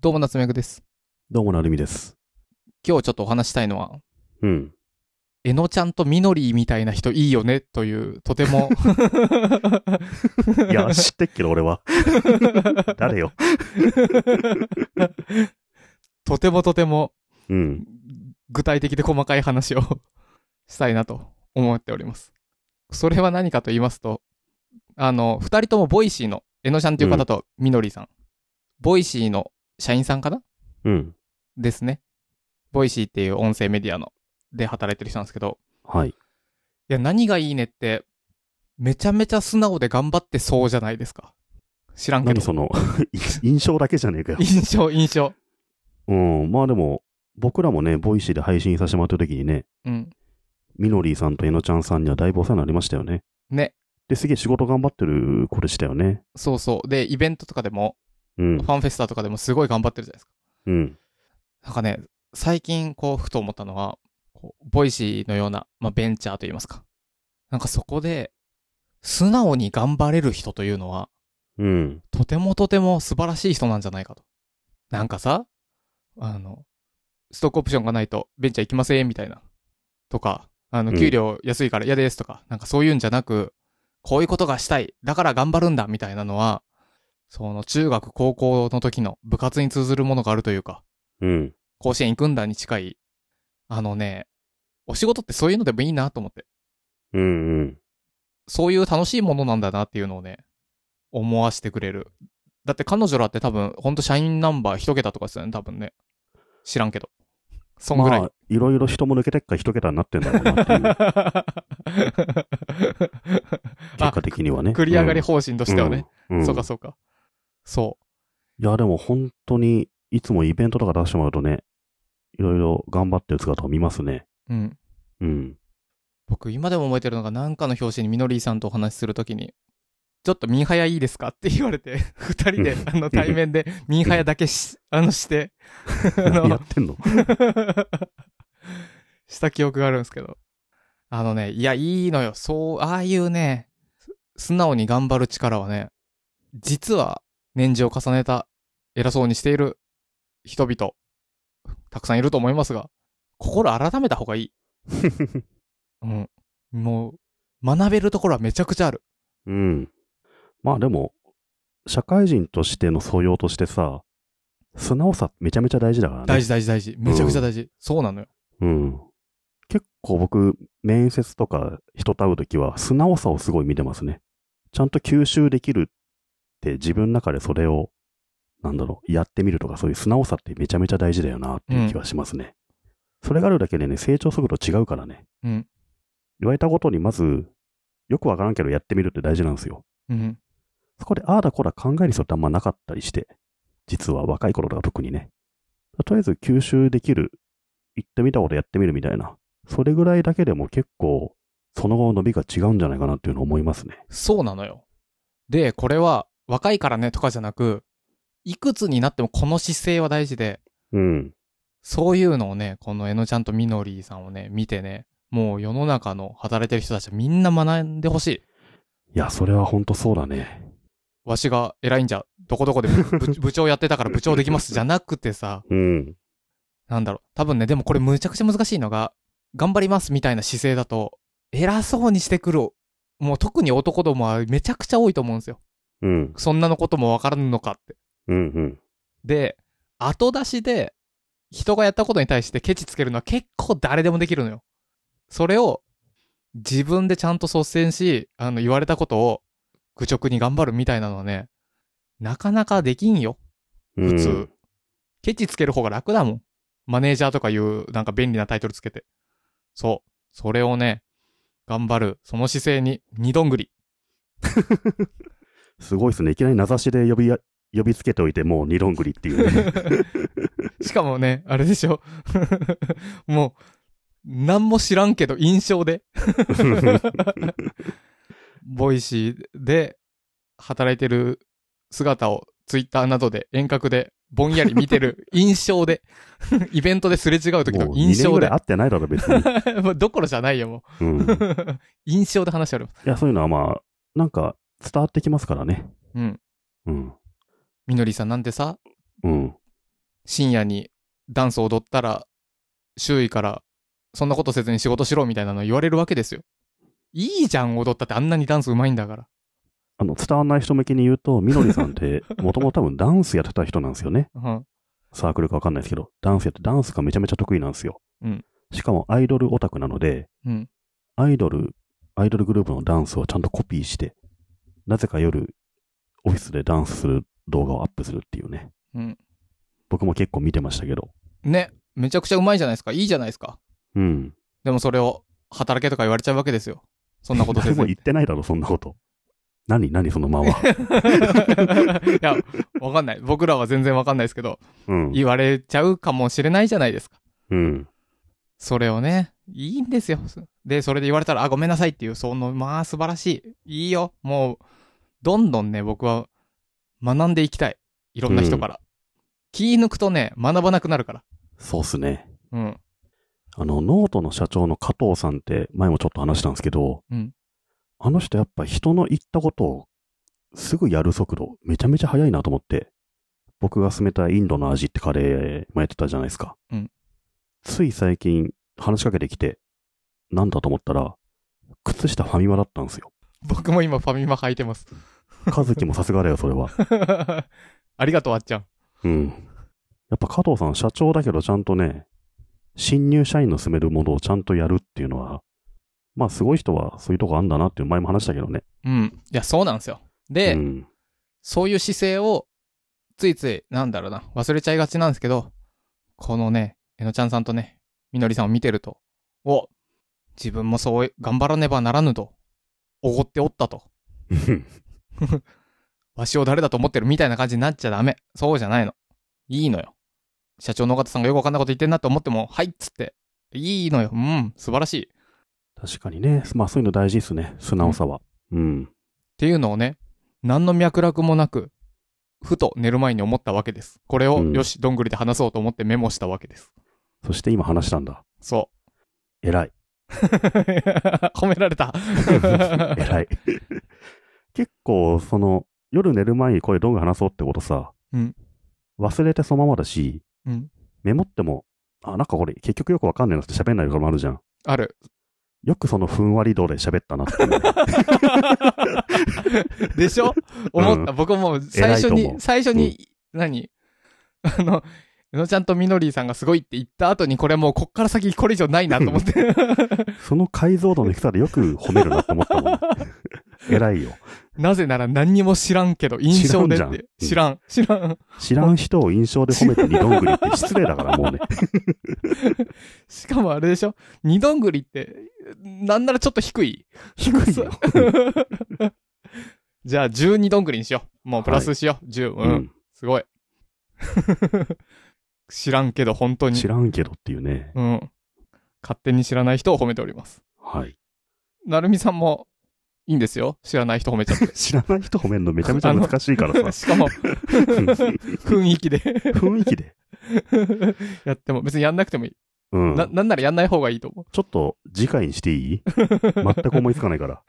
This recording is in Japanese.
どうも夏目役です。どうもなるみです。今日ちょっとお話したいのは、うん。えのちゃんとみのりみたいな人いいよねという、とて も。いや、知ってっけど俺は。誰よ。とてもとてもうん。具体的で細かい話を したいなと思っております。それは何かと言いますと、あの、二人ともボイシーの、えのちゃんという方とみのりさん。ボイシーの社員さんかなうん。ですね。ボイシーっていう音声メディアの、で働いてる人なんですけど、はい。いや、何がいいねって、めちゃめちゃ素直で頑張ってそうじゃないですか。知らんなけんでど。その、 い印象だけじゃねえかよ。印象、印象。うん。まあでも、僕らもね、ボイシーで配信させてもらった時にね、うん。みのりーさんとえのちゃんさんにはだいぶお世話になりましたよね。ね。で、すげえ仕事頑張ってる子でしたよね。そうそう。で、イベントとかでも、フうん。ァンフェスタとかでもすごい頑張ってるじゃないですか。うん。なんかね、最近、こう、ふと思ったのは、こうボイシーのような、まあ、ベンチャーといいますか。なんかそこで、素直に頑張れる人というのは、うん。とてもとても素晴らしい人なんじゃないかと。なんかさ、あの、ストックオプションがないとベンチャー行きませんみたいな。とか、あの、うん給料安いから嫌ですとか、なんかそういうんじゃなく、こういうことがしたい、だから頑張るんだみたいなのは、その中学高校の時の部活に通ずるものがあるというか、うん。甲子園行くんだに近い、あのね、お仕事ってそういうのでもいいなと思って、うん。うん。そういう楽しいものなんだなっていうのをね、思わせてくれる。だって彼女らって多分、ほんと社員ナンバー一桁とかですよね、多分ね。知らんけど。そんぐらい。まあ、いろいろ人も抜けてっか一桁になってんだろうなっていう、 結あ果的にはね。繰り上がり方針ととしてはね。。うんうんそうかそうか。そいや、でも本当に、いつもイベントとか出してもらうとね、いろいろ頑張ってる姿を見ますね。う。うん。うん。僕、今でも覚えてるのが、なんかの表紙にみのりーさんとお話しするときに、ちょっとミンハヤいいですかって言われて、二 人で、あの、対面で、ミンハヤだけし、あの、して、あ何やの、ってんの した記憶があるんですけど。あのね、いや、いいのよ。そう、ああいうね、す素直に頑張る力はね、実は年次を重ねた、偉そうにしている人々、たくさんいると思いますが、心改めた方がいい。うん。もう、学べるところはめちゃくちゃある。うん。まあでも、社会人としての素養としてさ、素直さめちゃめちゃ大事だからね。大事大事大事。めちゃくちゃ大事。そうなのよ。うん。結構僕、面接とか人と会うときは、素直さをすごい見てますね。ちゃんと吸収できるって自分の中でそれを、なんだろう、やってみるとか、そういう素直さってめちゃめちゃ大事だよなっていう気はしますね。それがあるだけでね、成長速度違うからね。うん。言われたことにまず、よくわからんけどやってみるって大事なんですよ。うん。そこでああだこだ考える人ってあんまなかったりして、実は若い頃とか特にね。とりあえず吸収できる、行ってみたことやってみるみたいな、それぐらいだけでも結構、その後の伸びが違うんじゃないかなっていうのを思いますね。そうなのよ。で、これは若いからねとかじゃなく、いくつになってもこの姿勢は大事で、うん。そういうのをね、このえのちゃんとみのりさんをね、見てね、もう世の中の働いてる人たちはみんな学んでほしい。いや、それはほんとそうだね。わしが偉いんじゃ、どこどこで部部部長やってたから部長できますじゃなくてさ、うん。なんだろう、多分ね、でもこれむちゃくちゃ難しいのが、頑張りますみたいな姿勢だと、偉そうにしてくる、もう特に男どもはめちゃくちゃ多いと思うんですよ。うん。そんなのこともわからんのかって。うん。うん。で、後出しで、人がやったことに対してケチつけるのは結構誰でもできるのよ。それを、自分でちゃんと率先し、あの、言われたことを、愚直に頑張るみたいなのはね、なかなかできんよ。うん普通。ケチつける方が楽だもん。マネージャーとかいう、なんか便利なタイトルつけて。そう。それをね、頑張る、その姿勢に、二どんぐり。すごいですね。いきなり名指しで呼びや、呼びつけておいて、もう二論ぐりっていう、 ね。しかもね、あれでしょ もう、何も知らんけど印象で。 ボイシーで働いてる姿をツイッターなどで遠隔でぼんやり見て る印象で。 イベントですれ違う時ものう2印年象ぐらいで会。ってないだろ、別 に。 もうどころじゃないよ、もうん。う。 印象で話あります。いや、そういうのはまあ、なんか伝わってきますからね。うん。うん。みのりさんなんてさ、うん。深夜にダンスを踊ったら、周囲から、そんなことせずに仕事しろみたいなの言われるわけですよ。いいじゃん、踊ったってあんなにダンスうまいんだから。あの、伝わんない人向けに言うと、みのりさ んって、もともと多分ダンスやってた人なんですよね。うん。サークルかわかんないですけど、ダンスやって、ダンスがめちゃめちゃ得意なんですよ。うんしかもアイドルオタクなので、うん。アイドル、アイドルグループのダンスをちゃんとコピーして、なぜか夜、オフィスでダンスする動画をアップするっていうね。うん。僕も結構見てましたけど。ね。めちゃくちゃうまいじゃないですか。いいじゃないですか。うん。でもそれを、働けとか言われちゃうわけですよ。そんなことせ誰ずもに言っ。てないだろ、そんなこと。何何その間は。 いや、わかんない。僕らは全然わかんないですけど、うん。言われちゃうかもしれないじゃないですか。うん。それをね、いいんですよ。で、それで言われたら、あ、ごめんなさいっていう、その、まあ、素晴らしい。いいよ。もう、どんどんね、僕は、学んでいきたい。いろんな人から。気抜くとね、学ばなくなるから。そうっすね。うん。あの、ノートの社長の加藤さんって、前もちょっと話したんですけど、うんあの人やっぱ人の言ったことをすぐやる速度、めちゃめちゃ速いなと思って、僕が勧めたインドの味ってカレーもやってたじゃないですか。うんつい最近話しかけてきて、なんだと思ったら、靴下ファミマだった んですよ。僕も今、ファミマ履いてます。 和樹もさすがだよ、それは。ありがとう、あっちゃん。うん。やっぱ加藤さん、社長だけどちゃんとね、新入社員の勧めるものをちゃんとやるっていうのは、まあすごい人はそういうとこあんだなっていう前も話したけどね。うん。いや、そうなんですよ。で、うん。 そういう姿勢を、ついつい、なんだろうな、忘れちゃいがちなんですけど、このね、えのちゃんさんとね、みのりさんを見てると、お自分もそう、頑張らねばならぬと、おごっておったと。わしを誰だと思ってるみたいな感じになっちゃダメ。そうじゃないの。いいのよ。社長の方さんがよくわかんないこと言ってんなと思っても、はいっつって。いいのよ。うん、素晴らしい。っ確かにね。まあそういうの大事ですね。素直さは。うん。ていうのをね、何の脈絡もなく、ふと寝る前に思ったわけです。これを、うんよし、どんぐりで話そうと思ってメモしたわけです。そして今話したんだ。そ偉 い。う。 褒められた。偉い。結構、その、夜寝る前にこれどんぐり話そうってことさ、うん忘れてそのままだし、うん。メモっても、あ、なんかこれ結局よくわかんないなって喋んないこともあるじゃん。ある。よくそのふんわり度で喋ったなっていうね、でしょ思った。僕も最初偉いと思に、う最初に、何 あの、うのちゃんとみのりーさんがすごいって言った後に、これもうこっから先これ以上ないなと思 って。その解像度の低さでよく褒めるなって思った もん。偉いよ。なぜなら何にも知らんけど、印象でっ知らんじて。知らん。知らん。知らん人を印象で褒めて二どんぐりって失礼だからもうね。しかもあれでしょ二どんぐりって、なんならちょっと低い。低いよ。じゃあ12どんぐりにしよう。もうプラスしよう。10。ううん。ん。すごい。 知らんけど、本当に知。らんけどっていうね。うん。勝手に知らない人を褒めております。はい。なるみさんも、いいんですよ。知らない人褒めちゃっ知らない人褒めるのめちゃめちゃ難しい からて。さ。しかも、雰囲気で 雰囲気で。やっても、別にやんなくてもいい。うん。な、なんならやんない方がいいと思う。 ちょっと次回にしていい全く思いつかないから。